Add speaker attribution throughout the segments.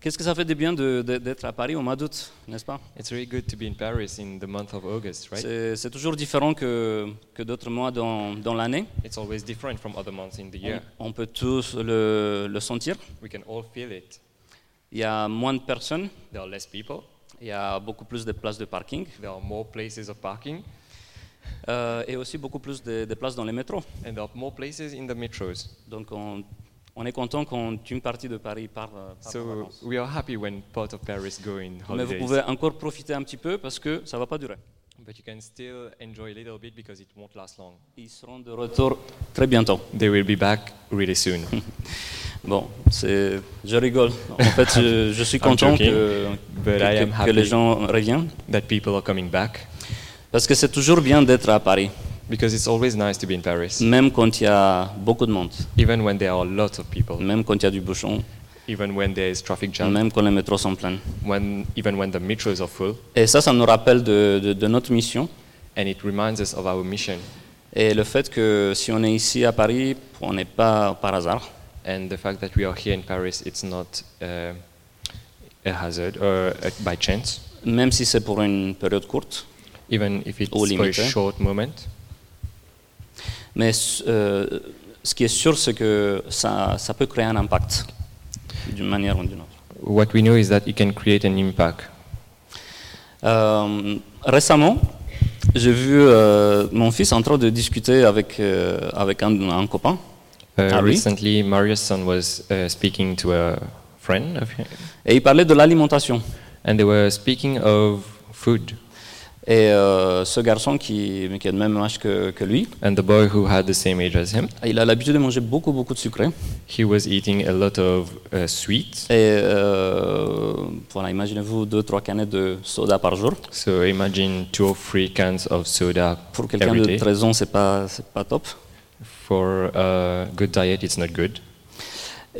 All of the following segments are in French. Speaker 1: Qu'est-ce que ça fait de bien de- de- d'être à Paris au mois d'août, n'est-ce pas
Speaker 2: It's really good to be in Paris in the month of August, right?
Speaker 1: C'est c'est toujours différent que, que d'autres mois dans, dans l'année.
Speaker 2: It's always different from other months in the year.
Speaker 1: On, on peut tous le, le sentir.
Speaker 2: We can all feel it.
Speaker 1: Il y a moins de personnes,
Speaker 2: There are less people,
Speaker 1: il y a beaucoup plus de places de parking
Speaker 2: there are more places of parking,
Speaker 1: euh, et aussi beaucoup plus de, de places dans les métros.
Speaker 2: and there are more places in the metros.
Speaker 1: Donc on, on est content quand une partie de Paris part, euh, part en
Speaker 2: So
Speaker 1: vacances.
Speaker 2: we are happy when part of Paris go in
Speaker 1: Mais vous
Speaker 2: holidays.
Speaker 1: pouvez encore profiter un petit peu parce que ça ne va pas durer.
Speaker 2: But you can still enjoy a little bit because it won't last long.
Speaker 1: Ils seront de retour très bientôt.
Speaker 2: They will be back really soon.
Speaker 1: Hmm. Bon, c'est, je rigole. En fait, je, je suis content
Speaker 2: joking,
Speaker 1: que,
Speaker 2: but I
Speaker 1: que-
Speaker 2: am
Speaker 1: que
Speaker 2: happy.
Speaker 1: les gens reviennent
Speaker 2: that people are coming back
Speaker 1: parce que c'est toujours bien d'être à Paris,
Speaker 2: because it's always nice to be in Paris,
Speaker 1: même quand il y a beaucoup de monde,
Speaker 2: even when there are lots of people,
Speaker 1: même quand il y a du bouchon,
Speaker 2: even when there is traffic jam,
Speaker 1: même quand les métros sont pleins.
Speaker 2: when even when the metros are full,
Speaker 1: Et ça, ça nous rappelle de, de- de notre mission
Speaker 2: and it reminds us of our mission
Speaker 1: et le fait que si on est ici à Paris, on n'est pas par hasard.
Speaker 2: and the fact that we are here in Paris. It's not uh, a hazard or uh, by chance,
Speaker 1: Même si c'est pour une période courte,
Speaker 2: even if it's
Speaker 1: Au
Speaker 2: for a
Speaker 1: limite, hein.
Speaker 2: short moment.
Speaker 1: Mais euh, ce qui est sûr, c'est que ça, ça peut créer un impact d'une manière ou d'une autre.
Speaker 2: What we know is that it can create an impact.
Speaker 1: Euh, récemment, j'ai vu euh, mon fils en train de discuter avec, euh, avec un, un copain.
Speaker 2: Uh,
Speaker 1: Ah oui?
Speaker 2: Recently, Marius' son was uh, speaking to a friend of him,
Speaker 1: Et il parlait de l'alimentation.
Speaker 2: and they were speaking of food.
Speaker 1: Et euh, ce garçon qui, qui a le même âge que, que lui,
Speaker 2: And the boy who had the same age as him,
Speaker 1: il a l'habitude de manger beaucoup, beaucoup de sucré.
Speaker 2: he was eating a lot of uh, sweets.
Speaker 1: Et euh, voilà, imaginez-vous deux, trois canettes de soda par jour.
Speaker 2: So imagine two or three cans of soda
Speaker 1: Pour quelqu'un
Speaker 2: every
Speaker 1: de
Speaker 2: day.
Speaker 1: 13 ans, c'est pas, c'est pas top.
Speaker 2: For a good diet, it's not good.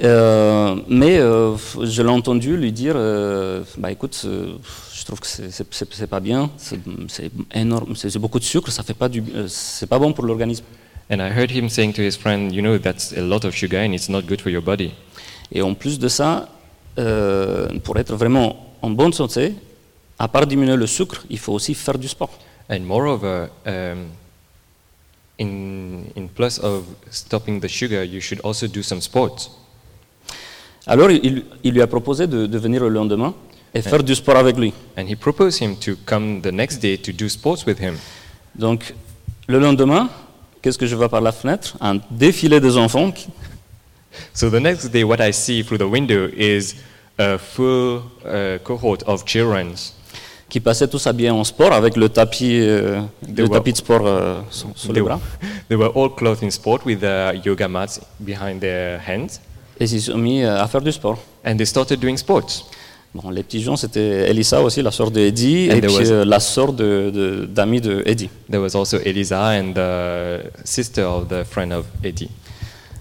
Speaker 1: Euh, mais euh, f- je l'ai entendu lui dire, euh, bah écoute, euh, je trouve que c'est- c'est c'est- c'est pas bien, c'est c'est énorme, c'est c'est beaucoup de sucre, ça fait pas du, euh, c'est pas bon pour l'organisme.
Speaker 2: And I heard him saying to his friend, "You know, that's a lot of sugar, and it's not good for your body."
Speaker 1: Et en plus de ça, euh, pour être vraiment en bonne santé, à part diminuer le sucre, il faut aussi faire du sport.
Speaker 2: And moreover, um, in in plus of stopping the sugar, you should also do some sports.
Speaker 1: Alors il, il lui a proposé de, de venir le lendemain et faire du sport avec lui.
Speaker 2: And he proposed him to come the next day to do sports with him.
Speaker 1: Donc le lendemain, qu'est-ce que je vois par la fenêtre Un défilé des enfants qui-
Speaker 2: So the next day, what I see through the window is a full uh, cohort of children.
Speaker 1: qui passaient tous habillés en sport avec le tapis, euh,
Speaker 2: Des
Speaker 1: le
Speaker 2: wa-
Speaker 1: tapis de sport euh, sur, sur
Speaker 2: They,
Speaker 1: le bras.
Speaker 2: they were all clothed in sport with their yoga mats behind their hands,
Speaker 1: Et ils se sont mis euh, à faire du sport.
Speaker 2: and they started doing sports.
Speaker 1: Bon, les petits gens, c'était Elisa aussi, la sœur de Eddie,
Speaker 2: And
Speaker 1: et
Speaker 2: there
Speaker 1: puis
Speaker 2: was-
Speaker 1: euh, la sœur de- de- d'amis de, Eddie.
Speaker 2: There was also Elisa and the sister of the friend of Eddie.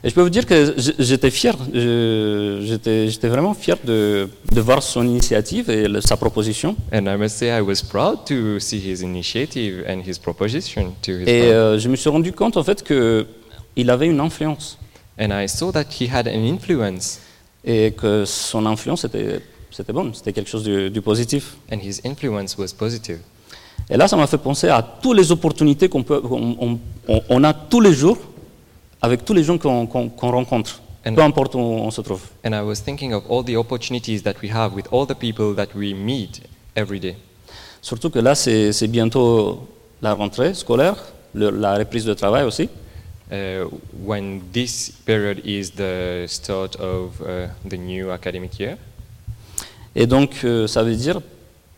Speaker 1: Et je peux vous dire que j- j'étais fier, je- j'étais j'étais vraiment fier de, de voir son initiative et le- sa proposition.
Speaker 2: And I must say, I was proud to see his initiative and his proposition to his
Speaker 1: Et
Speaker 2: friend.
Speaker 1: euh, je me suis rendu compte en fait qu'il avait une influence
Speaker 2: And I saw that he had an influence,
Speaker 1: et que son influence était, c'était bonne, c'était quelque chose du- du positif.
Speaker 2: and his influence was positive.
Speaker 1: Et là, ça m'a fait penser à toutes les opportunités qu'on peut, on, on- on- on a tous les jours avec tous les gens qu'on qu'on- qu'on rencontre,
Speaker 2: And-
Speaker 1: peu importe où on se trouve.
Speaker 2: And I was thinking of all the opportunities that we have with all the people that we meet every day.
Speaker 1: Surtout que là, c'est c'est bientôt la rentrée scolaire, le- la reprise de travail aussi.
Speaker 2: Uh, when this period is the start of uh, the new academic year,
Speaker 1: Et donc, euh, ça veut dire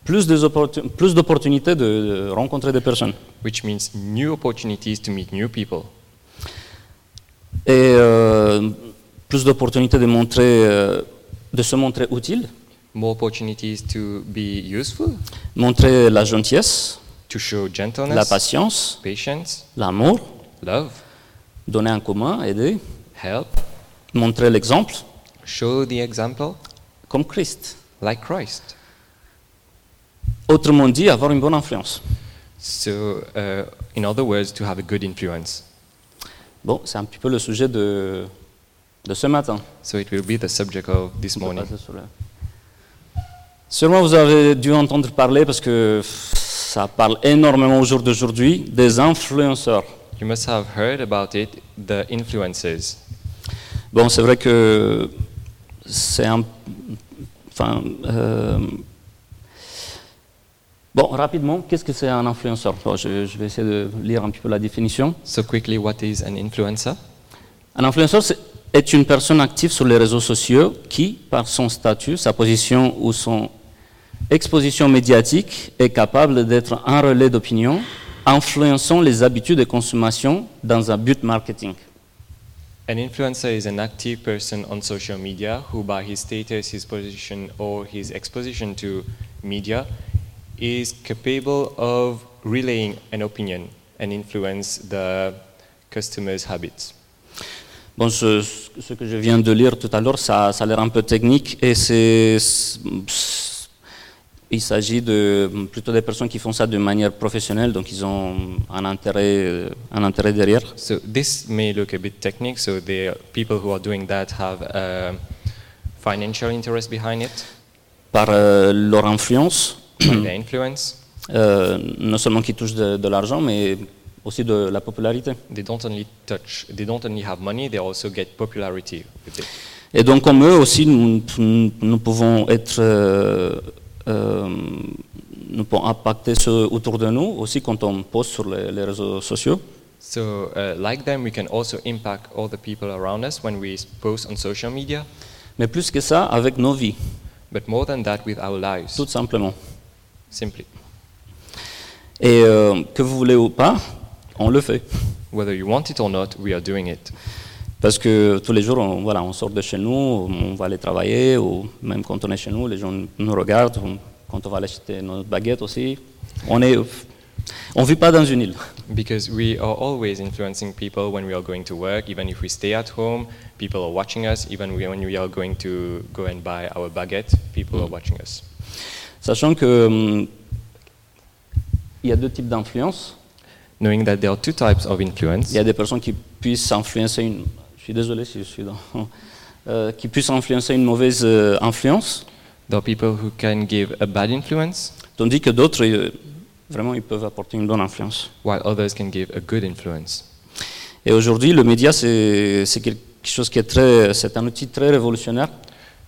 Speaker 1: plus des opportu- plus d'opportunités de, de rencontrer des personnes.
Speaker 2: which means new opportunities to meet new people
Speaker 1: Et euh, plus d'opportunités de, montrer, euh, de se montrer utile,
Speaker 2: more opportunities to be useful,
Speaker 1: montrer la gentillesse,
Speaker 2: to show
Speaker 1: la
Speaker 2: gentleness,
Speaker 1: patience,
Speaker 2: patience,
Speaker 1: l'amour,
Speaker 2: love,
Speaker 1: donner en commun, aider.
Speaker 2: help,
Speaker 1: montrer l'exemple
Speaker 2: show the example
Speaker 1: comme Christ.
Speaker 2: like Christ.
Speaker 1: Autrement dit, avoir une bonne influence.
Speaker 2: So, uh, in other words, to have a good influence.
Speaker 1: Bon, c'est un petit peu le sujet de, de ce matin.
Speaker 2: So, it will be the subject of this
Speaker 1: On peut
Speaker 2: morning.
Speaker 1: passer sur le- Sûrement vous avez dû entendre parler, parce que ça parle énormément au jour d'aujourd'hui, des influenceurs.
Speaker 2: You must have heard about it, the influences.
Speaker 1: Bon, c'est vrai que c'est un... Enfin... euh, Bon, rapidement, qu'est-ce que c'est un influenceur Bon, je, je vais essayer de lire un petit peu la définition.
Speaker 2: So quickly, what is an influencer?
Speaker 1: Un influenceur c'est- est une personne active sur les réseaux sociaux qui, par son statut, sa position ou son exposition médiatique, est capable d'être un relais d'opinion, influençant les habitudes de consommation dans un but marketing.
Speaker 2: An influencer is an active person on social media who, by his status, his position, or his exposition to media, is capable of relaying an opinion and influence the customer's habits.
Speaker 1: Bon, ce, ce que je viens de lire tout à l'heure, ça, ça a l'air un peu technique et c'est. Il s'agit de, plutôt des personnes qui font ça de manière professionnelle, donc ils ont un intérêt, un intérêt derrière.
Speaker 2: So this may look a bit technical. So the people who are doing that have a financial interest behind it,
Speaker 1: par euh, leur influence,
Speaker 2: by their influence.
Speaker 1: euh, non seulement qui touche de, de l'argent, mais aussi de la popularité.
Speaker 2: They don't only touch. They don't only have money. They also get popularity with it.
Speaker 1: Et donc, comme eux aussi, nous, nous pouvons être. euh, euh, nous pouvons impacter ceux autour de nous, aussi quand on poste sur les, les réseaux sociaux.
Speaker 2: So, uh, like them, we can also impact all the people around us when we post on social media,
Speaker 1: Mais plus que ça, avec nos vies,
Speaker 2: but more than that, with our lives,
Speaker 1: tout simplement.
Speaker 2: simply.
Speaker 1: Et euh, que vous voulez ou pas, on le fait.
Speaker 2: Whether you want it or not, we are doing it.
Speaker 1: Parce que tous les jours, on, voilà, on sort de chez nous, on va aller travailler, ou même quand on est chez nous, les gens nous regardent, on- quand on va aller acheter notre baguette aussi. On est, on vit pas dans une île.
Speaker 2: Because we are always influencing people when we are going to work, even if we stay at home, people are watching us, even we- when we are going to go and buy our baguette, people are watching us.
Speaker 1: Sachant que hum, il y a deux types d'influence.
Speaker 2: Knowing that there are two types of influence,
Speaker 1: Il y a des personnes qui puissent influencer une. Je suis désolé si je suis dans. euh, qui puissent influencer une mauvaise euh, influence,
Speaker 2: there are people who can give a bad influence,
Speaker 1: tandis que d'autres, euh, vraiment, ils peuvent apporter une bonne influence.
Speaker 2: while others can give a good influence.
Speaker 1: Et aujourd'hui, le média, c'est c'est quelque chose qui est très, c'est un outil très révolutionnaire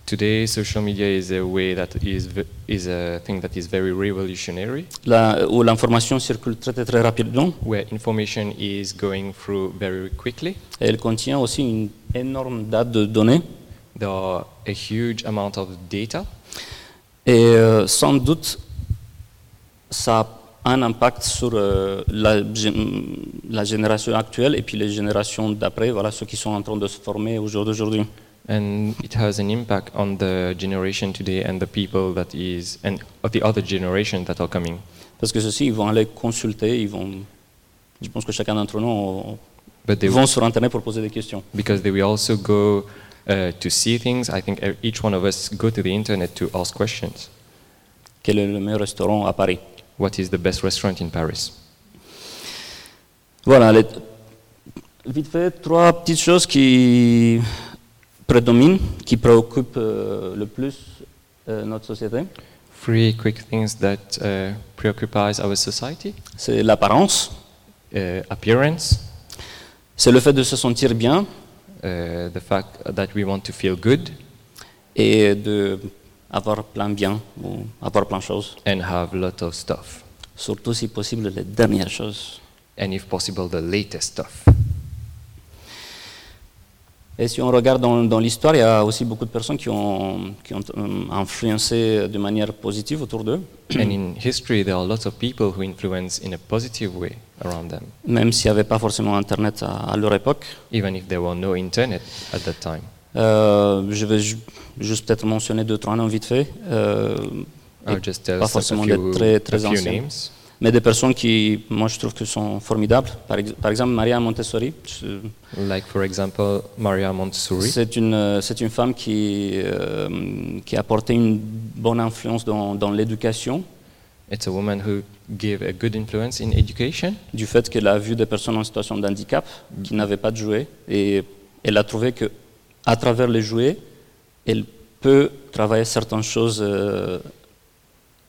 Speaker 2: Today, social media is a way that is v- is a thing that is very revolutionary,
Speaker 1: là où l'information circule très très, très rapidement
Speaker 2: where information is going through very quickly.
Speaker 1: et elle contient aussi une énorme date de données.
Speaker 2: There are a huge amount of data,
Speaker 1: Et euh, sans doute, ça a un impact sur euh, la, gé- la génération actuelle et puis les générations d'après, voilà ceux qui sont en train de se former au jour d'aujourd'hui.
Speaker 2: and it has an impact on the generation today and the people that is and of the other generation that are coming.
Speaker 1: Parce que ceux-ci, ils vont aller consulter, ils vont. Je pense que chacun d'entre nous, on-
Speaker 2: But they
Speaker 1: ils vont sur Internet pour poser des questions.
Speaker 2: because they will also go uh, to see things. I think e- each one of us go to the internet to ask questions.
Speaker 1: Quel est le meilleur restaurant à Paris
Speaker 2: What is the best restaurant in Paris?
Speaker 1: Voilà, les- vite fait, trois petites choses qui prédominent, qui préoccupent euh, le plus euh, notre société.
Speaker 2: Three quick things that uh, preoccupies our society.
Speaker 1: C'est l'apparence,
Speaker 2: uh, appearance,
Speaker 1: c'est le fait de se sentir bien
Speaker 2: uh, the fact that we want to feel good
Speaker 1: et de avoir plein de bien ou avoir plein de choses.
Speaker 2: and have a lot of stuff,
Speaker 1: Surtout si possible les dernières choses.
Speaker 2: and if possible, the latest stuff.
Speaker 1: Et si on regarde dans, dans l'histoire, il y a aussi beaucoup de personnes qui ont, qui ont euh, influencé de manière positive autour d'eux,
Speaker 2: and in history, there are lots of people who influence in a positive way around them,
Speaker 1: même s'il n'y avait pas forcément Internet à- à leur époque.
Speaker 2: even if there were no internet at that time.
Speaker 1: Euh, je vais ju- juste peut-être mentionner deux, trois noms vite fait. Euh,
Speaker 2: I'll just tell
Speaker 1: pas
Speaker 2: us a
Speaker 1: forcément
Speaker 2: few,
Speaker 1: d'être très, très
Speaker 2: a few
Speaker 1: anciens.
Speaker 2: names.
Speaker 1: mais des personnes qui, moi, je trouve que sont formidables. Par, ex- par exemple, Maria Montessori. je-
Speaker 2: Like, for example, Maria Montessori.
Speaker 1: C'est une, euh, c'est une femme qui, euh, qui a apporté une bonne influence dans, dans l'éducation,
Speaker 2: It's a woman who gave a good influence in education
Speaker 1: du fait qu'elle a vu des personnes en situation de handicap qui n'avaient pas de jouets. Et elle a trouvé que, à travers les jouets, elle peut travailler certaines choses euh,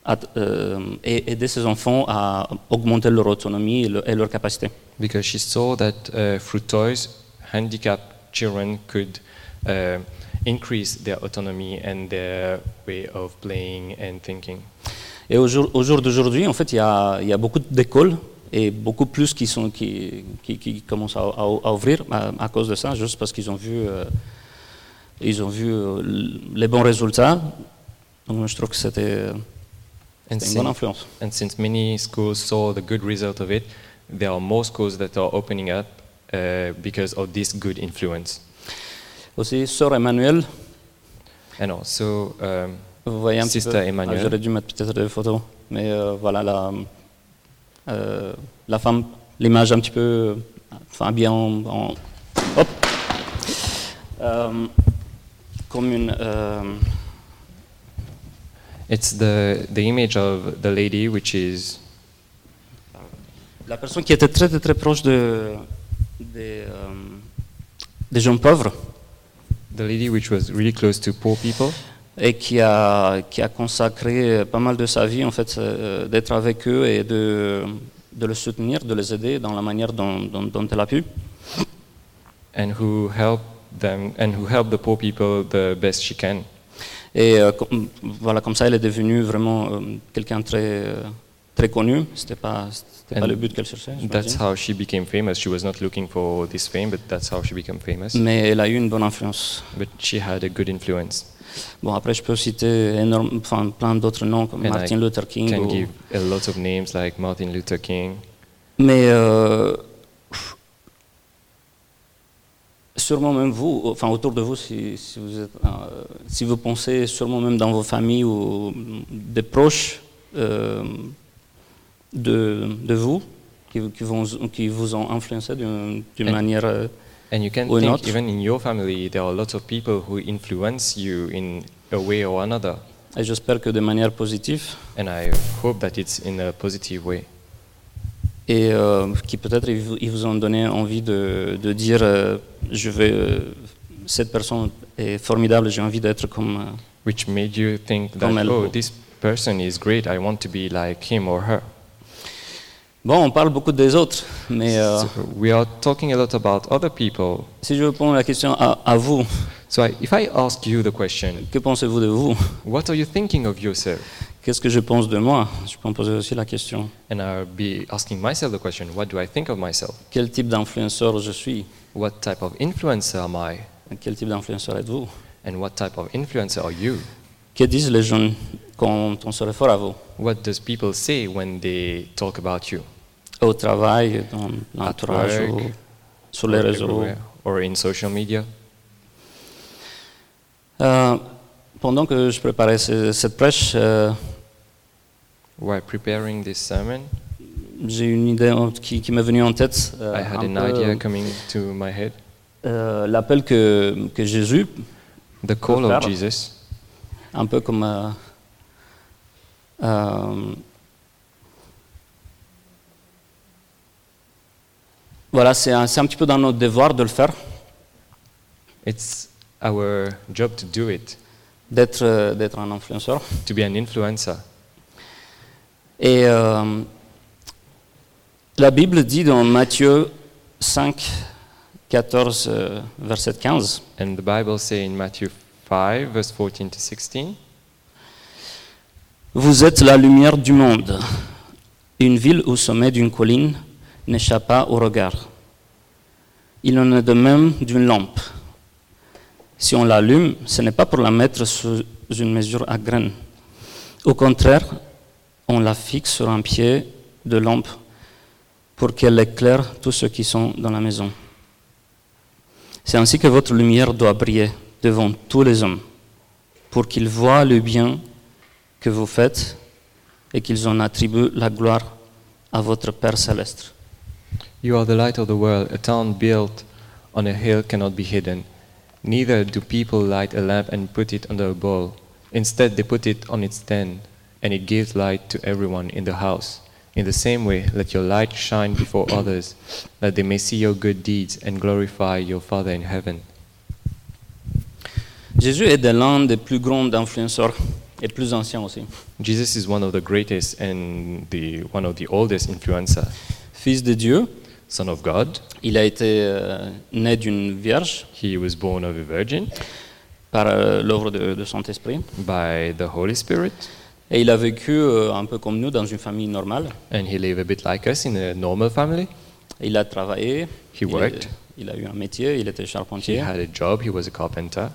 Speaker 1: à- euh, et aider ces enfants à augmenter leur autonomie et, leur- et leur capacité.
Speaker 2: because she saw that uh, through toys, handicapped children could uh, increase their autonomy and their way of playing and thinking.
Speaker 1: Et au jour, au jour d'aujourd'hui, en fait, il y a, il y a beaucoup d'écoles et beaucoup plus qui, sont, qui, qui, qui commencent à, à- à ouvrir à, à cause de ça, juste parce qu'ils ont vu, euh, ils ont vu euh, l- les bons résultats. Donc, moi, je trouve que c'était
Speaker 2: And
Speaker 1: c'était une bonne
Speaker 2: sin-
Speaker 1: influence.
Speaker 2: and since many schools saw the good result of it, there are more schools that are opening up uh, because of this good influence.
Speaker 1: Aussi, sœur Emmanuel,
Speaker 2: And also, um,
Speaker 1: vous voyez un
Speaker 2: Sister
Speaker 1: petit peu.
Speaker 2: Emmanuel.
Speaker 1: Ah, J'aurais dû mettre peut-être des photos, mais euh, voilà la, euh, la femme, l'image un petit peu, euh, enfin bien en, en- hop, Euh, comme une. euh,
Speaker 2: It's the the image of the lady, which is
Speaker 1: La personne qui était très très, très proche de, des, euh, des gens pauvres
Speaker 2: the lady which was really close to poor people,
Speaker 1: et qui a, qui a consacré pas mal de sa vie en fait euh, d'être avec eux et de, de les soutenir, de les aider dans la manière dont, dont, dont elle a pu.
Speaker 2: and who helped them and who helped the poor people the best she can.
Speaker 1: Et euh, com- voilà, comme ça, elle est devenue vraiment euh, quelqu'un de très, euh, très connu. C'était pas, c'était pas
Speaker 2: And
Speaker 1: le but qu'elle cherchait. je
Speaker 2: That's
Speaker 1: pense.
Speaker 2: how she became famous. She was not looking for this fame, but that's how she became famous.
Speaker 1: Mais elle a eu une bonne influence.
Speaker 2: But she had a good influence,
Speaker 1: Bon, après, je peux citer énorme, enfin, plein d'autres noms comme
Speaker 2: And I
Speaker 1: Martin Luther King.
Speaker 2: can
Speaker 1: ou-
Speaker 2: give a lot of names like Martin Luther King.
Speaker 1: Mais euh, sûrement même vous, enfin autour de vous, si, si vous, êtes, euh, si vous pensez sûrement même dans vos familles ou des proches euh, de, de vous qui, vous- qui, vont, qui vous ont influencé d'une d'une
Speaker 2: Eh.
Speaker 1: manière... euh,
Speaker 2: And you can
Speaker 1: Or
Speaker 2: think
Speaker 1: not.
Speaker 2: even in your family there are lots of people who influence you in a way or another.
Speaker 1: et j'espère que de manière positive
Speaker 2: And I hope that it's in a positive way.
Speaker 1: et euh, qui peut-être ils, vous- ils vous ont donné envie de, de dire euh, je vais... euh, cette personne est formidable, j'ai envie d'être comme... euh,
Speaker 2: which made you think that
Speaker 1: Comme elle.
Speaker 2: oh this person is great i want to be like him or her
Speaker 1: Bon, on parle beaucoup des autres, mais euh,
Speaker 2: so we are talking a lot about other people
Speaker 1: si je réponds à la question à, à vous,
Speaker 2: so I, if i ask you the question
Speaker 1: que pensez-vous de vous
Speaker 2: what are you thinking of yourself
Speaker 1: Qu'est-ce que je pense de moi Je peux me poser aussi la question.
Speaker 2: and i'll be asking myself the question what do i think of myself
Speaker 1: Quel type d'influenceur je suis
Speaker 2: what type of influencer am i
Speaker 1: Quel type d'influenceur êtes-vous
Speaker 2: and what type of influencer are you
Speaker 1: Que disent les jeunes quand on se réfère à vous
Speaker 2: what does people say when they talk about you
Speaker 1: Au travail, dans l'entourage,
Speaker 2: work,
Speaker 1: ou sur les
Speaker 2: Or
Speaker 1: réseaux.
Speaker 2: everywhere, or in social media
Speaker 1: Euh, pendant que je préparais ce- cette prêche, euh,
Speaker 2: while preparing this sermon
Speaker 1: j'ai une idée en- qui, qui m'est venue en tête. euh,
Speaker 2: i had
Speaker 1: un
Speaker 2: an
Speaker 1: peu,
Speaker 2: idea coming to my head
Speaker 1: euh, L'appel que, que Jésus
Speaker 2: the call of
Speaker 1: Perfect.
Speaker 2: jesus
Speaker 1: un peu comme euh, euh, voilà c'est un, c'est un petit peu dans notre devoir de le faire
Speaker 2: It's our job to do it,
Speaker 1: d'être euh, d'être un influenceur
Speaker 2: to be an influencer.
Speaker 1: et euh, la Bible dit dans Matthieu 5 14 euh, verset 15
Speaker 2: And the Bible say in Matthew 5, verse 14 to 16,
Speaker 1: Vous êtes la lumière du monde. Une ville au sommet d'une colline n'échappe pas au regard. Il en est de même d'une lampe. Si on l'allume, ce n'est pas pour la mettre sous une mesure à graines. Au contraire, on la fixe sur un pied de lampe pour qu'elle éclaire tous ceux qui sont dans la maison. C'est ainsi que votre lumière doit briller devant tous les hommes, pour qu'ils voient le bien que vous faites et qu'ils en attribuent la gloire à votre Père céleste.
Speaker 2: You are the light of the world. A town built on a hill cannot be hidden. Neither do people light a lamp and put it under a bowl. Instead, they put it on its stand, and it gives light to everyone in the house. In the same way, let your light shine before others, that they may see your good deeds and glorify your Father in heaven.
Speaker 1: Jésus est de l'un des plus grands influenceurs et le plus ancien aussi.
Speaker 2: Jesus is one of the greatest and the, one of the oldest influencer.
Speaker 1: Fils de Dieu,
Speaker 2: Son of God,
Speaker 1: il a été euh, né d'une vierge
Speaker 2: he was born of a virgin
Speaker 1: par euh, l'œuvre de, de Saint-Esprit
Speaker 2: by the Holy Spirit,
Speaker 1: et il a vécu euh, un peu comme nous dans une famille normale.
Speaker 2: and he lived a bit like us in a normal family.
Speaker 1: Il a travaillé,
Speaker 2: He
Speaker 1: il a,
Speaker 2: worked.
Speaker 1: il a eu un métier, il était
Speaker 2: He
Speaker 1: charpentier.
Speaker 2: had a job, he was a carpenter.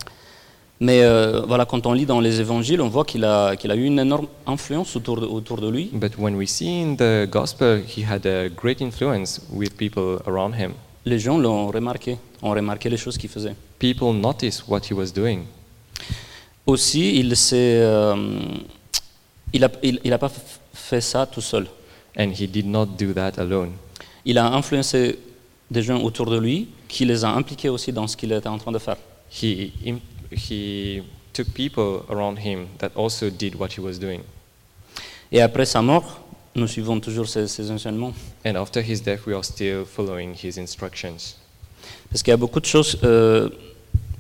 Speaker 1: Mais euh, voilà, quand on lit dans les évangiles, on voit qu'il a, qu'il a eu une énorme influence autour de, autour de lui.
Speaker 2: But when we see in the gospel, he had a great influence with people around him.
Speaker 1: Les gens l'ont remarqué, ont remarqué les choses qu'il faisait.
Speaker 2: People noticed what he was doing.
Speaker 1: Aussi, il s'est, euh, il a, il, il a pas f- fait ça tout seul.
Speaker 2: And he did not do that alone.
Speaker 1: Il a influencé des gens autour de lui qui les a impliqués aussi dans ce qu'il était en train de faire.
Speaker 2: He, imp- he took people around him that also did what he was doing.
Speaker 1: Et après sa mort, nous suivons toujours ses, ses enseignements.
Speaker 2: And after his death, we are still following his instructions.
Speaker 1: Parce qu'il y a beaucoup de choses, euh,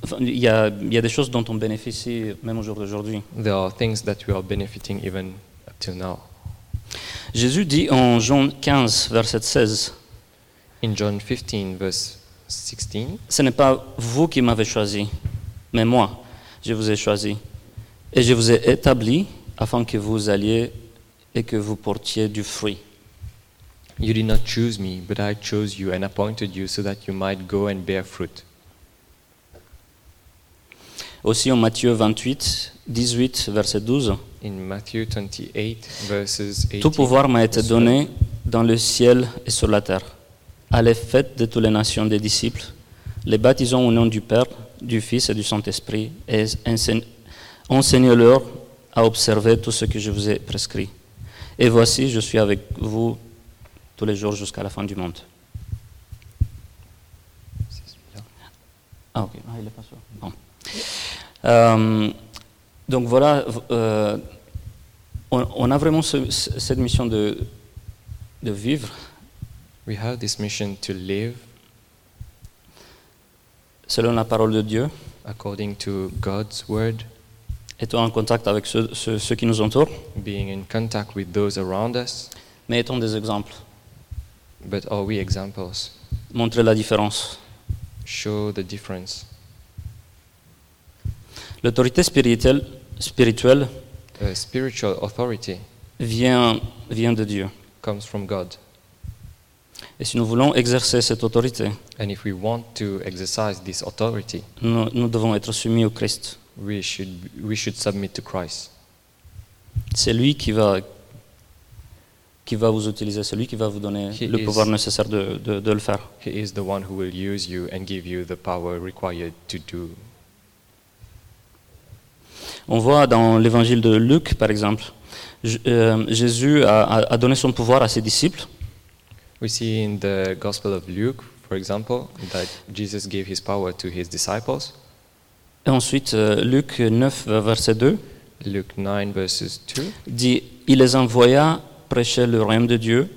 Speaker 1: enfin, il, y a, il y a des choses dont on bénéficie même au jour d'aujourd'hui.
Speaker 2: There are things that we are benefiting even up till now.
Speaker 1: Jésus dit en Jean 15, verset 16,
Speaker 2: In John 15, verse 16,
Speaker 1: Ce n'est pas vous qui m'avez choisi, mais moi, je vous ai choisi. Et je vous ai établi afin que vous alliez et que vous portiez du fruit.
Speaker 2: You did not choose me, but I chose you and appointed you so that you might go and bear fruit.
Speaker 1: Aussi en Matthieu 28, 18, verset 12,
Speaker 2: In Matthew 28, verses 18.
Speaker 1: Tout pouvoir m'a été donné dans le ciel et sur la terre. Allez, faites de toutes les nations des disciples, les baptisons au nom du Père, du Fils et du Saint-Esprit, et enseigne- enseignez-leur à observer tout ce que je vous ai prescrit. Et voici, je suis avec vous tous les jours jusqu'à la fin du monde. Ah, ok. Ah, il est pas sûr. Bon. Euh, donc voilà, v- euh, on, on a vraiment ce- ce- cette mission de, de vivre
Speaker 2: We have this mission to live
Speaker 1: selon la parole de Dieu,
Speaker 2: according to God's word,
Speaker 1: étant en contact avec ceux, ceux- ceux qui nous entourent,
Speaker 2: being in contact with those around us.
Speaker 1: mais étant des exemples,
Speaker 2: But are we examples?
Speaker 1: montrer la différence.
Speaker 2: Show the difference.
Speaker 1: L'autorité spirituelle, spirituelle
Speaker 2: Uh, spiritual authority
Speaker 1: vient, vient de Dieu.
Speaker 2: comes from God.
Speaker 1: Et si nous voulons exercer cette autorité,
Speaker 2: And if we want to exercise this authority,
Speaker 1: nous, nous devons être soumis au Christ.
Speaker 2: we should, we should submit to Christ.
Speaker 1: C'est lui qui va, qui va vous utiliser, c'est lui qui va vous donner
Speaker 2: He
Speaker 1: le
Speaker 2: is-
Speaker 1: pouvoir nécessaire de, de- de le faire.
Speaker 2: He is the one who will use you and give you the power required to do.
Speaker 1: On voit dans l'évangile de Luc, par exemple, J- euh, Jésus a, a- a donné son pouvoir à ses disciples,
Speaker 2: We see in the Gospel of Luke, for example, that Jesus gave his power to his disciples.
Speaker 1: et ensuite euh, Luc 9, verset 2,
Speaker 2: Luke 9, verses 2.
Speaker 1: dit, Il les envoya prêcher le royaume de Dieu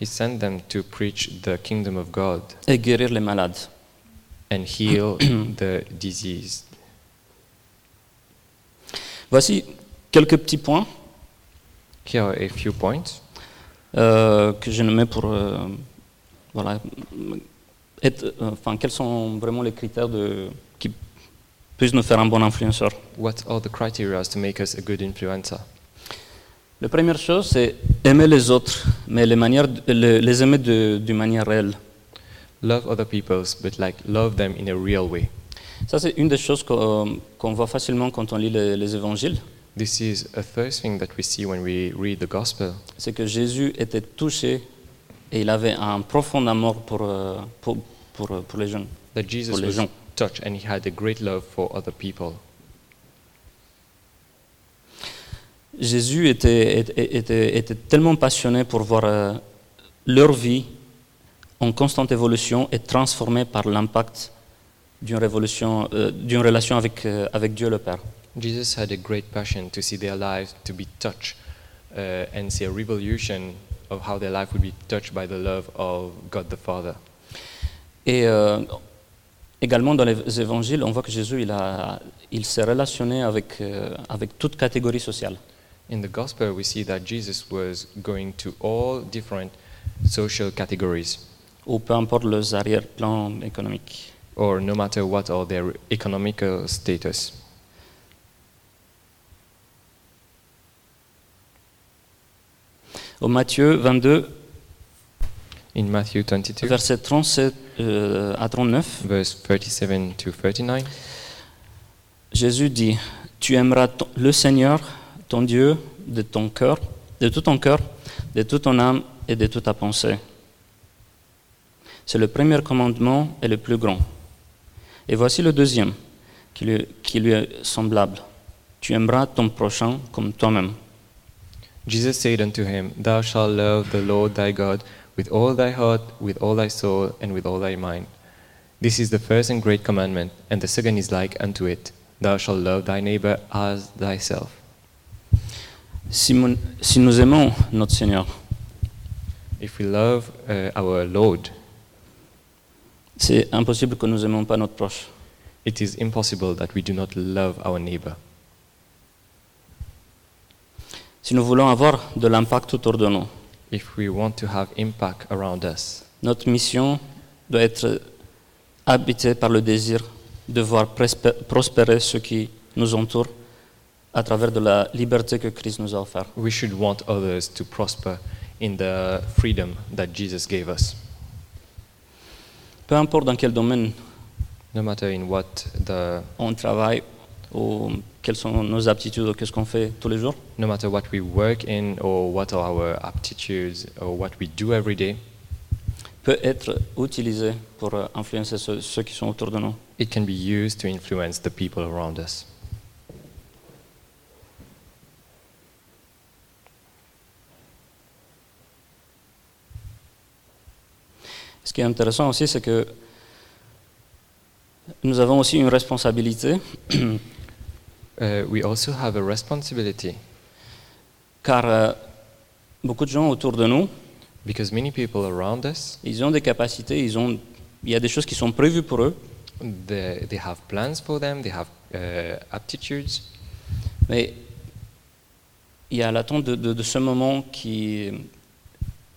Speaker 2: He sent them to preach the kingdom of God
Speaker 1: et guérir les malades.
Speaker 2: and heal the diseased.
Speaker 1: Voici quelques petits points
Speaker 2: Here are a few points
Speaker 1: euh, que j'ai nommés pour... euh, voilà, être- euh, enfin, quels sont vraiment les critères de, qui puissent nous faire un bon influenceur
Speaker 2: What are the criteria to make us a good influencer?
Speaker 1: La première chose, c'est aimer les autres, mais les, manières, le- les aimer de- d'une manière réelle.
Speaker 2: Love other peoples, but like love them in a real way.
Speaker 1: Ça, c'est une des choses qu'on qu'on voit facilement quand on lit les, les évangiles.
Speaker 2: This is a first thing that we see when we read the gospel.
Speaker 1: C'est que Jésus était touché et il avait un profond amour pour, euh, pour, pour, euh, pour les jeunes.
Speaker 2: That Jesus
Speaker 1: Pour les
Speaker 2: was
Speaker 1: gens.
Speaker 2: touched and he had a great love for other people.
Speaker 1: Jésus était, était, était- était tellement passionné pour voir euh, leur vie en constante évolution et transformée par l'impact d'une révolution, euh, d'une relation avec, euh, avec Dieu le Père.
Speaker 2: Jesus had a great passion to see their lives to be touched uh, and see a revolution of how their life would be touched by the love of God the Father.
Speaker 1: Et euh, Également dans les évangiles, on voit que Jésus il a, il s'est relationné avec, euh, avec toute catégorie sociale.
Speaker 2: In the gospel, we see that Jesus was going to all different social categories,
Speaker 1: ou peu importe leurs arrière-plans économiques.
Speaker 2: or no matter what are their economical status.
Speaker 1: Au Matthieu 22,
Speaker 2: In Matthew 22,
Speaker 1: versets 37 euh, à 39,
Speaker 2: verse 37 to 39,
Speaker 1: Jésus dit, tu aimeras ton- le Seigneur, ton Dieu, de ton cœur, de tout ton cœur, de toute ton âme et de toute ta pensée. C'est le premier commandement et le plus grand. Et voici le deuxième, qui lui, qui lui est semblable. Tu aimeras ton prochain comme toi-même.
Speaker 2: Jesus said unto him, Thou shalt love the Lord thy God with all thy heart, with all thy soul, and with all thy mind. This is the first and great commandment, and the second is like unto it Thou shalt love thy neighbor as thyself.
Speaker 1: Si, mon- si nous aimons notre Seigneur,
Speaker 2: If we love uh, our Lord,
Speaker 1: c'est impossible que nous n'aimions pas notre proche.
Speaker 2: it is impossible that we do not love our neighbor.
Speaker 1: Si nous voulons avoir de l'impact autour de nous,
Speaker 2: If we want to have impact around us,
Speaker 1: Notre mission doit être habitée par le désir de voir prespe- prospérer ceux qui nous entourent à travers de la liberté que Christ nous a offerte.
Speaker 2: we should want others to prosper in the freedom that Jesus gave us,
Speaker 1: Peu importe dans quel domaine
Speaker 2: no matter in what the
Speaker 1: on travaille ou quelles sont nos aptitudes ou qu'est-ce qu'on fait tous les jours,
Speaker 2: no matter what we work in or what are our aptitudes or what we do every day,
Speaker 1: peut être utilisé pour euh, influencer ceux, ceux qui sont autour de nous.
Speaker 2: it can be used to influence the people around us.
Speaker 1: Ce qui est intéressant aussi, c'est que nous avons aussi une responsabilité,
Speaker 2: Uh, we also have a responsibility
Speaker 1: car euh, beaucoup de gens autour de nous
Speaker 2: because many people around us
Speaker 1: Ils ont des capacités, ils ont, il y a des choses qui sont prévues pour eux,
Speaker 2: they, they have plans for them, they have uh, aptitudes,
Speaker 1: mais il y a l'attente de, de- de ce moment qui,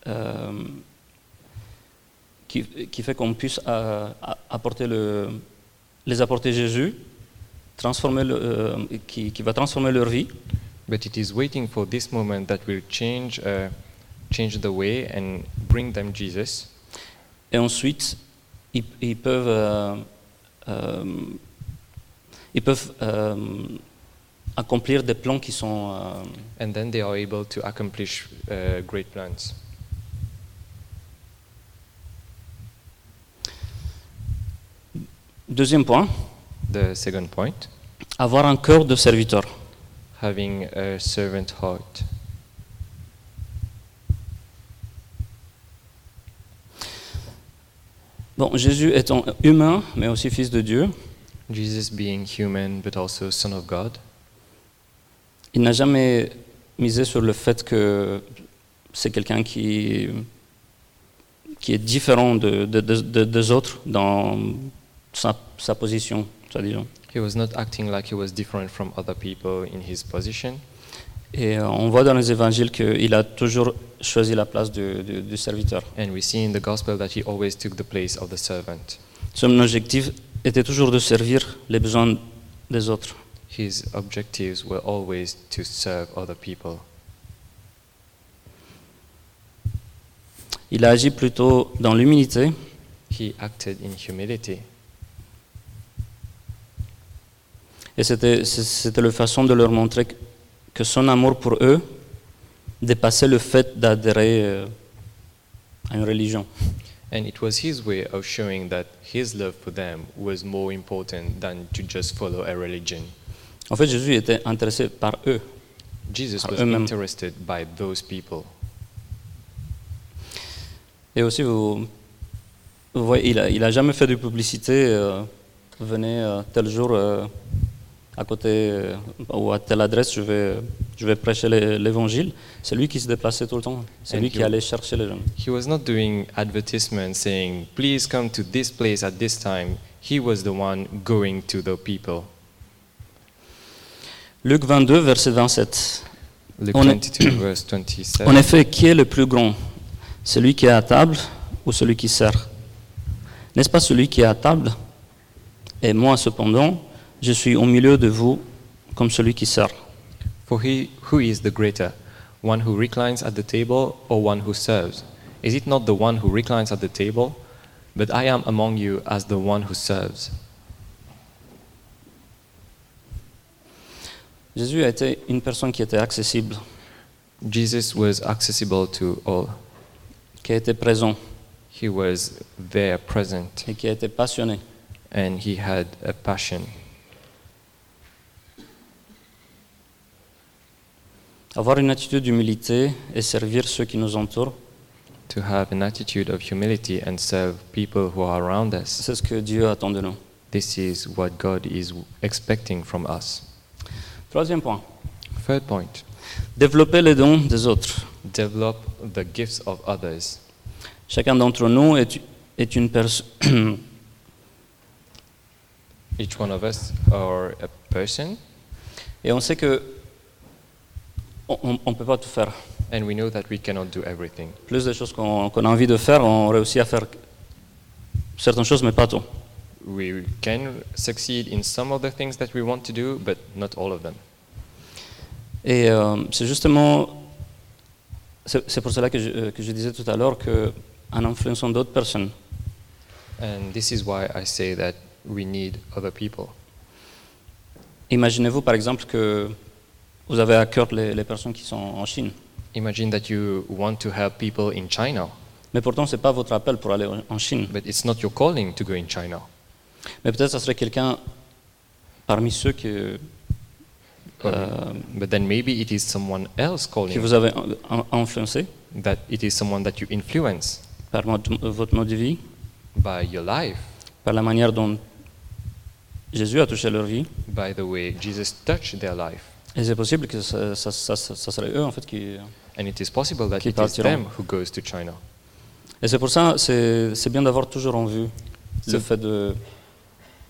Speaker 1: euh, qui, qui fait qu'on puisse euh, a- apporter le, les apporter Jésus, transformer le, euh, qui, qui va transformer leur vie,
Speaker 2: but it is waiting for this moment that will change, uh, change the way and bring them Jesus.
Speaker 1: et ensuite ils, ils peuvent, euh, euh, ils peuvent euh, accomplir des plans qui sont euh,
Speaker 2: And then they are able to accomplish uh, great plans.
Speaker 1: Deuxième point,
Speaker 2: The second point,
Speaker 1: avoir un cœur de serviteur.
Speaker 2: having a servant heart.
Speaker 1: Bon, Jésus étant humain, mais aussi fils de Dieu,
Speaker 2: Jesus being human but also Son of God,
Speaker 1: il n'a jamais misé sur le fait que c'est quelqu'un qui, qui est différent de- de- de- de- des autres dans sa, sa position, soit disant.
Speaker 2: he was not acting like he was different from other people in his position.
Speaker 1: Et euh, on voit dans les évangiles qu'il a toujours choisi la place du, du- du serviteur.
Speaker 2: And we see in the gospel that he always took the place of the servant.
Speaker 1: Son objectif était toujours de servir les besoins des autres.
Speaker 2: His objectives were always to serve other people.
Speaker 1: Il a agi plutôt dans l'humilité
Speaker 2: He acted in humility,
Speaker 1: Et c'était, c- c'était la façon de leur montrer que- que son amour pour eux dépassait le fait d'adhérer euh, à une religion.
Speaker 2: and it was his way of showing that his love for them was more important than to just follow a religion.
Speaker 1: En fait, Jésus était intéressé par eux.
Speaker 2: Jesus
Speaker 1: Par
Speaker 2: was
Speaker 1: eux-mêmes.
Speaker 2: interested by those people.
Speaker 1: Et aussi, vous, vous voyez, il n'a il a jamais fait de publicité, euh, venez euh, tel jour euh, à côté euh, ou à telle adresse, je vais, je vais prêcher l'é- l'évangile. C'est lui qui se déplaçait tout le temps. C'est
Speaker 2: And
Speaker 1: lui qui
Speaker 2: you-
Speaker 1: allait chercher les gens.
Speaker 2: He was not doing advertisement saying, please come to this place at this time. he was the one going to the people.
Speaker 1: Luc 22, verset 27.
Speaker 2: Luke
Speaker 1: On est-
Speaker 2: 22, verse
Speaker 1: En
Speaker 2: 27.
Speaker 1: effet, qui est le plus grand Celui qui est à table ou celui qui sert N'est-ce pas celui qui est à table Et moi, cependant, je suis au milieu de vous comme celui qui sert.
Speaker 2: For he who is the greater, one who reclines at the table or one who serves? Is it not the one who reclines at the table? But I am among you as the one who serves.
Speaker 1: Jésus a été une personne qui était accessible,
Speaker 2: Jesus was accessible to all.
Speaker 1: qui a été présent
Speaker 2: He was there present
Speaker 1: et qui a été passionné.
Speaker 2: and he had a passion.
Speaker 1: Avoir une attitude d'humilité et servir ceux qui nous entourent,
Speaker 2: to have an attitude of humility and serve people who are around us.
Speaker 1: c'est ce que Dieu attend de nous.
Speaker 2: This is what God is expecting from us.
Speaker 1: Troisième point,
Speaker 2: Third point
Speaker 1: développer les dons des autres.
Speaker 2: develop the gifts of others.
Speaker 1: Chacun d'entre nous est, est une personne.
Speaker 2: Each one of us are a person,
Speaker 1: Et on sait que on ne peut pas tout faire.
Speaker 2: and we know that we cannot do everything.
Speaker 1: Plus de choses qu'on qu'on a envie de faire, on réussit à faire certaines choses, mais pas tout.
Speaker 2: We can succeed in some of the things that we want to do, but not all of them.
Speaker 1: Et euh, c'est justement, c'est c'est pour cela que je, euh, que je disais tout à l'heure qu'en influençant d'autres personnes,
Speaker 2: And this is why I say that we need other people.
Speaker 1: imaginez-vous par exemple que vous avez à cœur les, les personnes qui sont en Chine,
Speaker 2: Imagine that you want to help people in China,
Speaker 1: mais pourtant ce n'est pas votre appel pour aller en- en Chine.
Speaker 2: but it's not your calling to go in China.
Speaker 1: Mais peut-être ça serait quelqu'un parmi ceux que, euh,
Speaker 2: But then maybe it is someone else calling
Speaker 1: qui vous avez en- en- influencé
Speaker 2: that it is someone that you influence
Speaker 1: par votre votre mode de vie,
Speaker 2: by your life,
Speaker 1: par la manière dont Jésus a touché leur vie.
Speaker 2: by the way Jesus touched their life.
Speaker 1: Et c'est possible que ça, ça- ça- ça- ça serait eux, en fait, qui...
Speaker 2: And it is possible that
Speaker 1: Qui
Speaker 2: it is
Speaker 1: partiront.
Speaker 2: them who goes to China.
Speaker 1: Et c'est pour ça, c'est c'est bien d'avoir toujours en vue le
Speaker 2: C'est-
Speaker 1: fait de,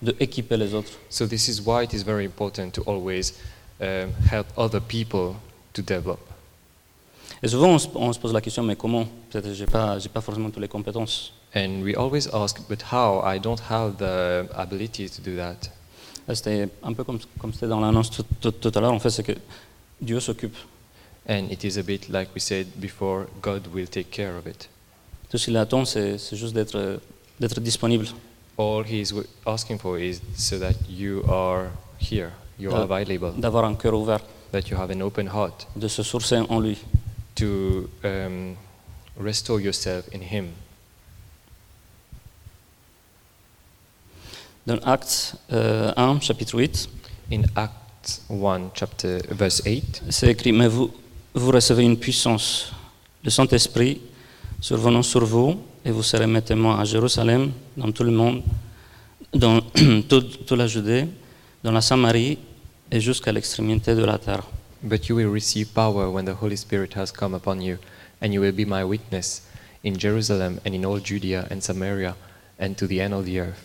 Speaker 1: de équiper les autres.
Speaker 2: So this is why it is very important to always um, help other people to develop.
Speaker 1: Et souvent, on se, on se pose la question, mais comment Peut-être que je n'ai pas, j'ai pas forcément toutes les compétences.
Speaker 2: And we always ask, but how? I don't have the ability to do that.
Speaker 1: Là, C'était un peu comme, comme c'était dans l'annonce tout, tout- tout à l'heure, en fait, c'est que Dieu s'occupe.
Speaker 2: And it is a bit like we said before, God will take care of it.
Speaker 1: Tout ce qu'il attend, c'est c'est juste d'être d'être disponible.
Speaker 2: All he is w- asking for is so that you are here, you are
Speaker 1: Yeah.
Speaker 2: available,
Speaker 1: d'avoir un cœur ouvert,
Speaker 2: that you have an open heart
Speaker 1: de se sourcer en lui.
Speaker 2: to um, restore yourself in him.
Speaker 1: Dans Acte euh, 1, chapitre 8,
Speaker 2: In Acts 1, chapter verse 8,
Speaker 1: c'est écrit, mais vous, vous recevez une puissance, le Saint-Esprit survenant sur vous, et vous serez mes témoins à Jérusalem, dans tout le monde, dans toute toute la Judée, dans la Samarie, et jusqu'à l'extrémité de la terre.
Speaker 2: but you will receive power when the Holy Spirit has come upon you, and you will be my witness in Jerusalem and in all Judea and Samaria and to the end of the earth.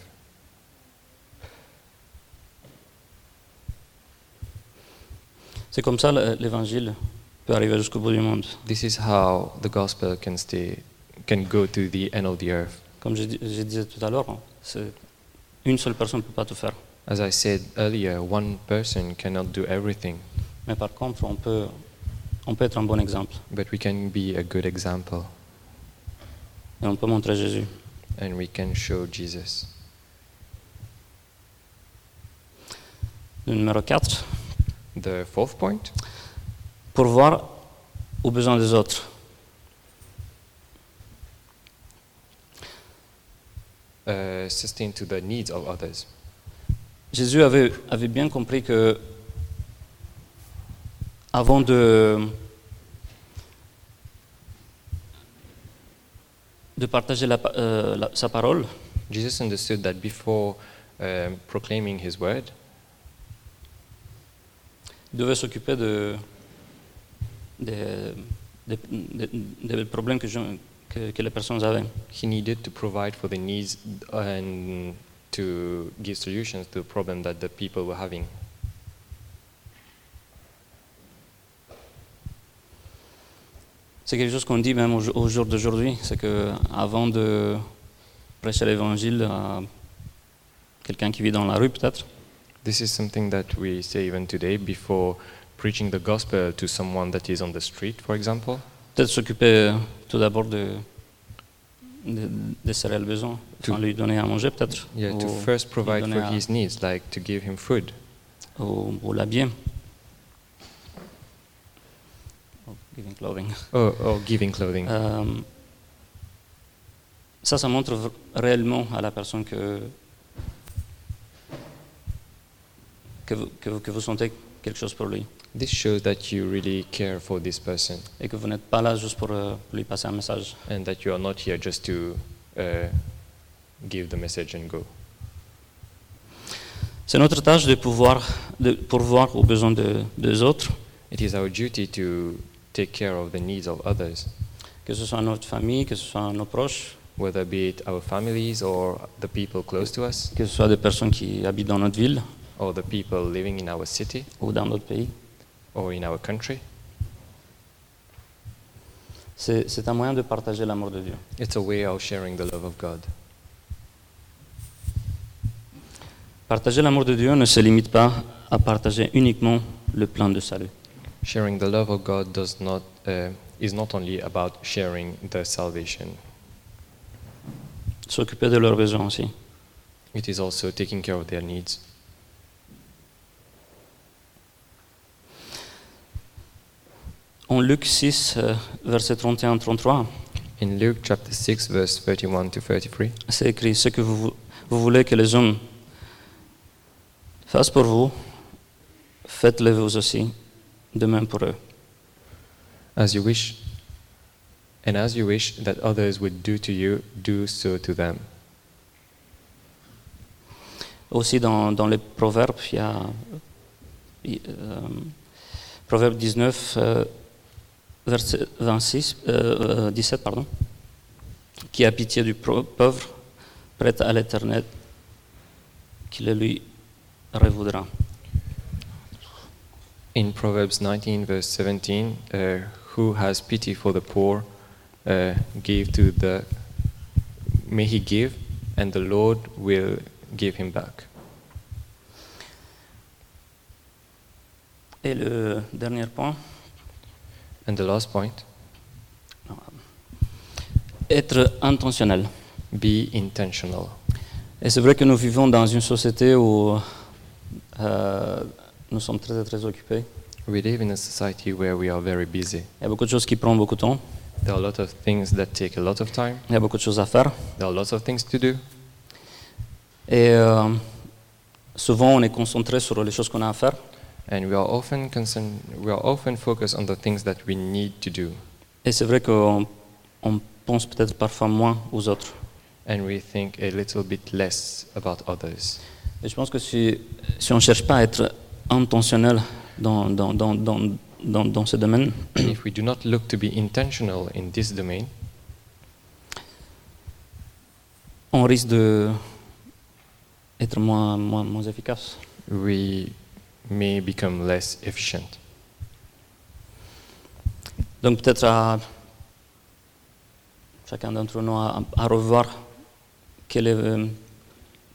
Speaker 1: C'est comme ça le- l'évangile peut arriver jusqu'au bout du monde.
Speaker 2: This is how the gospel can stay, can go to the end of the earth.
Speaker 1: Comme je, dis- je disais tout à l'heure, hein, c'est- une seule personne ne peut pas tout faire.
Speaker 2: As I said earlier, one person cannot do everything,
Speaker 1: Mais par contre, on peut, on peut être un bon exemple
Speaker 2: but we can be a good example
Speaker 1: et on peut montrer Jésus.
Speaker 2: and we can show Jesus.
Speaker 1: Le numéro 4,
Speaker 2: The fourth point
Speaker 1: pourvoir aux besoins des autres.
Speaker 2: uh, sustain to the needs of others.
Speaker 1: Jésus avait, avait bien compris que avant de, de partager la pa- euh, la- sa parole,
Speaker 2: Jesus understood that before um, proclaiming his word,
Speaker 1: il devait s'occuper de, des- des- des- des problèmes que, je- que- que les personnes avaient.
Speaker 2: he needed to provide for the needs and to give solutions to the problem that the people were having.
Speaker 1: C'est quelque chose qu'on dit même au, jo- au jour d'aujourd'hui, c'est que avant de prêcher l'évangile à quelqu'un qui vit dans la rue peut-être,
Speaker 2: This is something that we say even today before preaching the gospel to someone that is on the street, for example.
Speaker 1: peut-être s'occuper euh, tout d'abord de, de, de ses réels besoins, enfin,
Speaker 2: To-
Speaker 1: lui donner à manger peut-être,
Speaker 2: Yeah, to
Speaker 1: ou-
Speaker 2: first provide
Speaker 1: donner
Speaker 2: for
Speaker 1: à-
Speaker 2: his needs, like to give him food.
Speaker 1: ou, ou l'habiller. Or Oh, giving clothing.
Speaker 2: Or, or giving clothing.
Speaker 1: Euh, ça, ça montre v- réellement à la personne que, que, vous, que, vous- que vous sentez quelque chose pour lui
Speaker 2: This shows that you really care for this person
Speaker 1: et que vous n'êtes pas là juste pour euh, lui passer un message.
Speaker 2: and that you are not here just to uh, give the message and go.
Speaker 1: C'est notre tâche de pouvoir de pourvoir aux besoins de- des autres,
Speaker 2: It is our duty to take care of the needs of others,
Speaker 1: que ce soit notre famille, que ce soit nos proches,
Speaker 2: whether be it our families or the people close to us
Speaker 1: que ce soit des personnes qui habitent dans notre ville
Speaker 2: or the people living in our city
Speaker 1: ou dans d'autres pays.
Speaker 2: or in our country.
Speaker 1: C'est c'est un moyen de partager l'amour de Dieu.
Speaker 2: It's a way of sharing the love of God.
Speaker 1: Partager l'amour de Dieu ne se limite pas à partager uniquement le plan de salut.
Speaker 2: Sharing the love of God does not, uh, is not only about sharing the salvation,
Speaker 1: s'occuper de leurs besoins aussi.
Speaker 2: it is also taking care of their needs.
Speaker 1: En Luc 6, euh, versets 31-33,
Speaker 2: In Luke chapter 6, verse 31 to 33,
Speaker 1: c'est écrit Ce que vous, vous voulez que les hommes fassent pour vous, faites-le vous aussi, de même pour eux.
Speaker 2: as you wish, and as you wish that others would do to you, do so to them.
Speaker 1: Aussi, dans, dans les proverbes, il y a. il- euh, proverbe 19, euh, verset 26, euh, euh, 17, pardon, qui a pitié du pro- pauvre, prête à l'éternel, qui le lui revoudra.
Speaker 2: In Proverbs 19, verse 17, uh, who has pity for the poor, uh, give to the, may he give, and the Lord will give him back.
Speaker 1: Et le dernier point,
Speaker 2: And the last point,
Speaker 1: être intentionnel.
Speaker 2: be intentional.
Speaker 1: Et c'est vrai que nous vivons dans une société où euh, nous sommes très très occupés.
Speaker 2: We live in a society where we are very busy.
Speaker 1: Il y a beaucoup de choses qui prennent beaucoup de temps.
Speaker 2: There are a lot of things that take a lot of time.
Speaker 1: Il y a beaucoup de choses à faire.
Speaker 2: There are lots of things to do.
Speaker 1: Et euh, souvent, on est concentré sur les choses qu'on a à faire.
Speaker 2: And we are often concerned, we are often focused on the things that we need to do.
Speaker 1: Et c'est vrai qu'on on pense peut-être parfois moins aux autres.
Speaker 2: And we think a little bit less about others.
Speaker 1: Et je pense que si, si on ne cherche pas à être intentionnel dans, dans, dans, dans, dans, dans ce domaine,
Speaker 2: And if we do not look to be intentional in this domain,
Speaker 1: on risque de être moins, moins, moins efficace.
Speaker 2: we may become less efficient.
Speaker 1: Donc peut-être à chacun d'entre nous à, à revoir quel est, euh,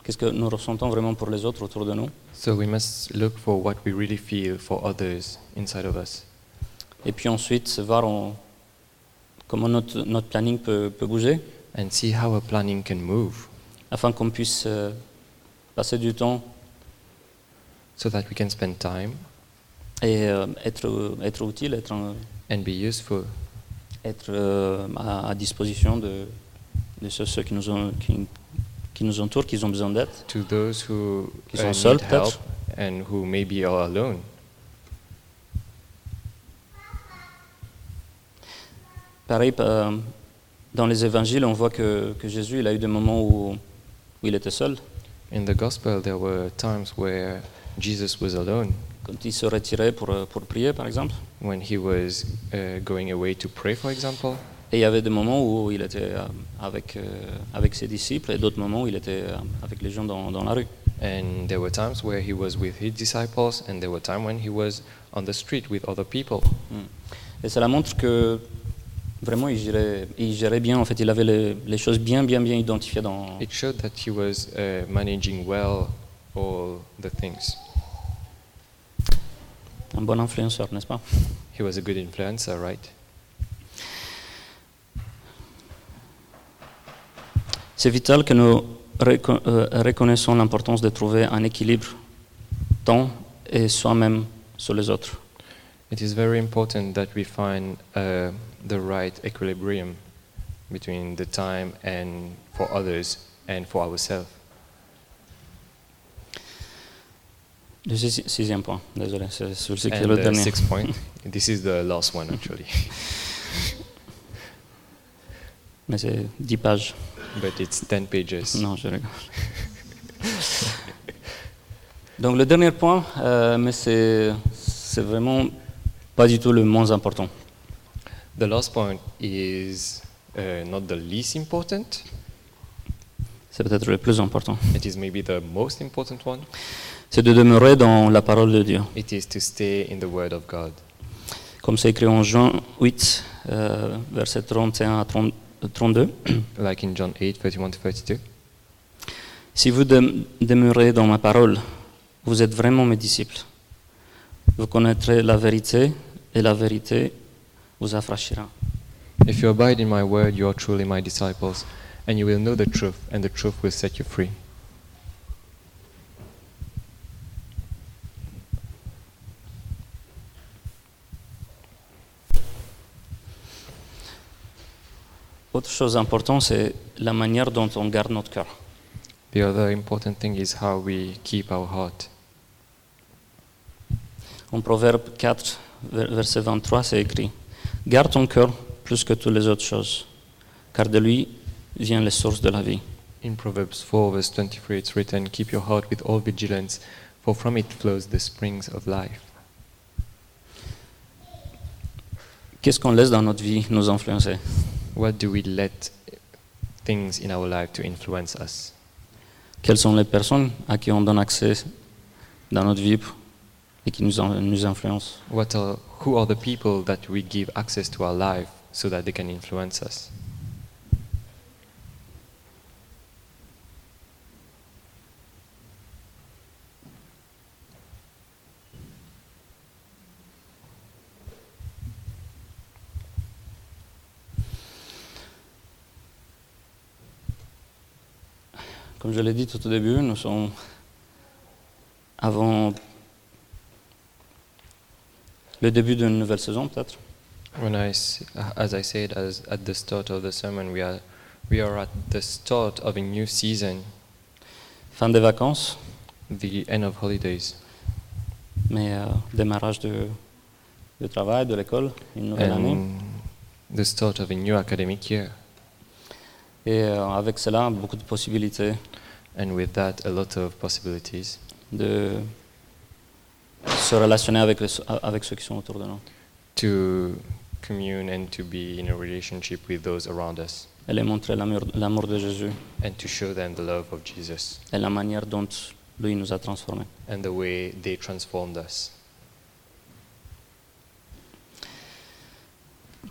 Speaker 1: qu'est-ce que nous ressentons vraiment pour les autres autour de nous.
Speaker 2: So we must look for what we really feel for others inside of us.
Speaker 1: Et puis ensuite, c'est voir on- comment notre, notre planning peut, peut bouger
Speaker 2: And see how our planning can move
Speaker 1: afin qu'on puisse euh, passer du temps
Speaker 2: so that we can spend time
Speaker 1: et euh, être, être utile, être, en-
Speaker 2: and be useful
Speaker 1: être euh, à, à disposition de, de ceux, ceux qui, nous ont, qui, qui nous entourent, qui ont besoin d'aide.
Speaker 2: to those who
Speaker 1: Qui sont
Speaker 2: uh,
Speaker 1: seuls,
Speaker 2: need help
Speaker 1: peut-être.
Speaker 2: and who maybe are alone.
Speaker 1: Pareil, euh, dans les évangiles, on voit que, que Jésus, il a eu des moments où, où il était seul,
Speaker 2: In the gospel, there were times where Jesus was alone
Speaker 1: quand il se retirait pour, euh, pour prier, par exemple.
Speaker 2: when he was uh, going away to pray, for example,
Speaker 1: Et il y avait des moments où il était euh, avec, euh, avec ses disciples et d'autres moments où il était euh, avec les gens dans, dans la rue.
Speaker 2: And there were times where he was with his disciples, and there were times when he was on the street with other people.
Speaker 1: Et cela montre que vraiment il gérait, il gérait bien, en fait, il avait les, les choses bien, bien, bien identifiées dans.
Speaker 2: It showed that he was uh, managing well all the things.
Speaker 1: Un bon influenceur, n'est-ce pas
Speaker 2: He was a good influencer, right?
Speaker 1: C'est vital que nous reco- euh, reconnaissons l'importance de trouver un équilibre temps et soi-même sur les autres.
Speaker 2: It is very important that we find uh, the right equilibrium between the time and for others and for ourselves.
Speaker 1: Le sixi- sixième point, désolé, c'est celui qui est
Speaker 2: And euh,
Speaker 1: le
Speaker 2: the
Speaker 1: dernier.
Speaker 2: sixth point. This is the last one actually,
Speaker 1: Mais c'est dix pages.
Speaker 2: but it's ten pages.
Speaker 1: Non, je rigole. Donc le dernier point, euh, mais c'est c'est vraiment pas du tout le moins important.
Speaker 2: The last point is uh, not the least important.
Speaker 1: C'est peut-être le plus important.
Speaker 2: It is maybe the most important one.
Speaker 1: C'est de demeurer dans la parole de Dieu.
Speaker 2: It is to stay in the Word of God.
Speaker 1: Comme c'est écrit en Jean 8, euh, versets 31 à 30 32.
Speaker 2: Like in John 8 31 to 32.
Speaker 1: Si vous dem- demeurez dans ma parole, vous êtes vraiment mes disciples. Vous connaîtrez la vérité et la vérité vous affranchira.
Speaker 2: If you abide in my word, you are truly my disciples, and you will know the truth, and the truth will set you free.
Speaker 1: Autre chose importante, c'est la manière dont on garde notre cœur.
Speaker 2: The other important thing is how we keep our heart.
Speaker 1: En Proverbe 4, ver- verset 23, c'est écrit Garde ton cœur plus que toutes les autres choses, car de lui vient les sources de la vie.
Speaker 2: In Proverbs 4, verse 23, it's written, Keep your heart with all vigilance, for from it flows the springs of life.
Speaker 1: Qu'est-ce qu'on laisse dans notre vie nous influencer
Speaker 2: What do we let things in our life to influence us?
Speaker 1: Quelles sont les personnes à qui on donne accès dans notre vie et qui nous, en- nous influencent
Speaker 2: What are, who are the people that we give access to our life so that they can influence us?
Speaker 1: Comme je l'ai dit tout au début, nous sommes avant le début d'une nouvelle saison, peut-être.
Speaker 2: When I, s- as I said as at the start of the sermon, we are, we are at the start of a new season,
Speaker 1: Fin des vacances,
Speaker 2: the end of holidays,
Speaker 1: mais euh, démarrage de, de travail, de l'école, une
Speaker 2: Euh,
Speaker 1: nouvelle année.
Speaker 2: and the start of a new academic year.
Speaker 1: Et euh, avec cela, beaucoup de possibilités
Speaker 2: And with that, a lot of possibilities
Speaker 1: de se relationner avec, les- avec ceux qui sont autour de nous.
Speaker 2: to commune and to be in a relationship with those around us
Speaker 1: Et les montrer l'amour l'amour de Jésus
Speaker 2: and to show them the love of Jesus
Speaker 1: et la manière dont lui nous a transformés.
Speaker 2: and the way they transformed us.
Speaker 1: Oui,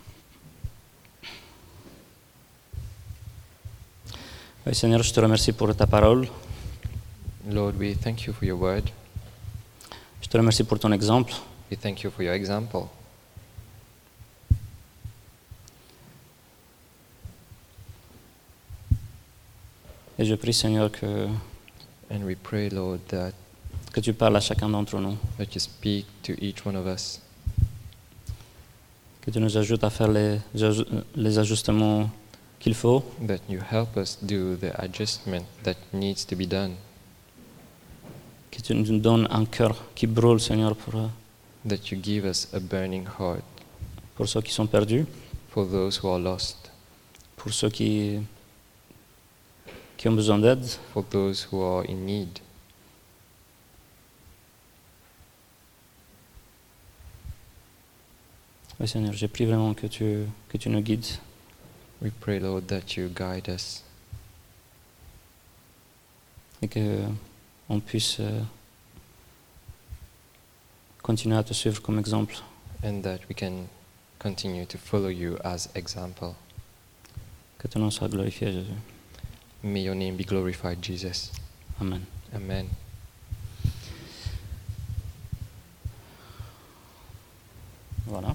Speaker 1: Euh, Seigneur, je te remercie pour ta parole.
Speaker 2: Lord, we thank you for your word.
Speaker 1: Je te remercie pour ton exemple.
Speaker 2: We thank you for your example.
Speaker 1: Et je prie, Seigneur, que,
Speaker 2: And we pray, Lord, that,
Speaker 1: que tu parles à chacun d'entre nous,
Speaker 2: that you speak to each one of us,
Speaker 1: que tu nous ajoutes à faire les, aju- les ajustements qu'il faut,
Speaker 2: that you help us do the adjustment that needs to be done,
Speaker 1: que tu nous donnes un cœur qui brûle, Seigneur, pour, euh,
Speaker 2: that you give us a burning heart
Speaker 1: pour ceux qui sont perdus,
Speaker 2: for those who are lost,
Speaker 1: pour ceux qui, qui ont besoin d'aide,
Speaker 2: for those who are in need.
Speaker 1: Oui, Seigneur, j'ai pris vraiment que tu, que tu nous guides,
Speaker 2: We pray, Lord, that you guide us
Speaker 1: et que on puisse euh, continuer à te suivre comme exemple.
Speaker 2: and that we can continue to follow you as example.
Speaker 1: Que ton nom soit glorifié, Jésus.
Speaker 2: May your name be glorified, Jesus.
Speaker 1: Amen.
Speaker 2: Amen.
Speaker 1: Voilà.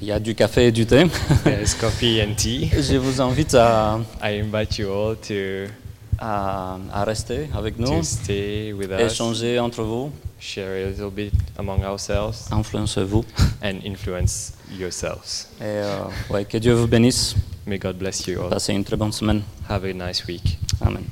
Speaker 1: Il y a du café et du thé.
Speaker 2: There's coffee and tea.
Speaker 1: Je vous invite à,
Speaker 2: I invite you all to,
Speaker 1: à- à rester avec nous,
Speaker 2: to stay with us,
Speaker 1: échanger entre vous,
Speaker 2: share a little bit among ourselves,
Speaker 1: influencez-vous.
Speaker 2: and influence yourselves.
Speaker 1: Et euh, ouais, que Dieu vous bénisse.
Speaker 2: May God bless you all.
Speaker 1: Passez une très bonne semaine.
Speaker 2: Have a nice week.
Speaker 1: Amen.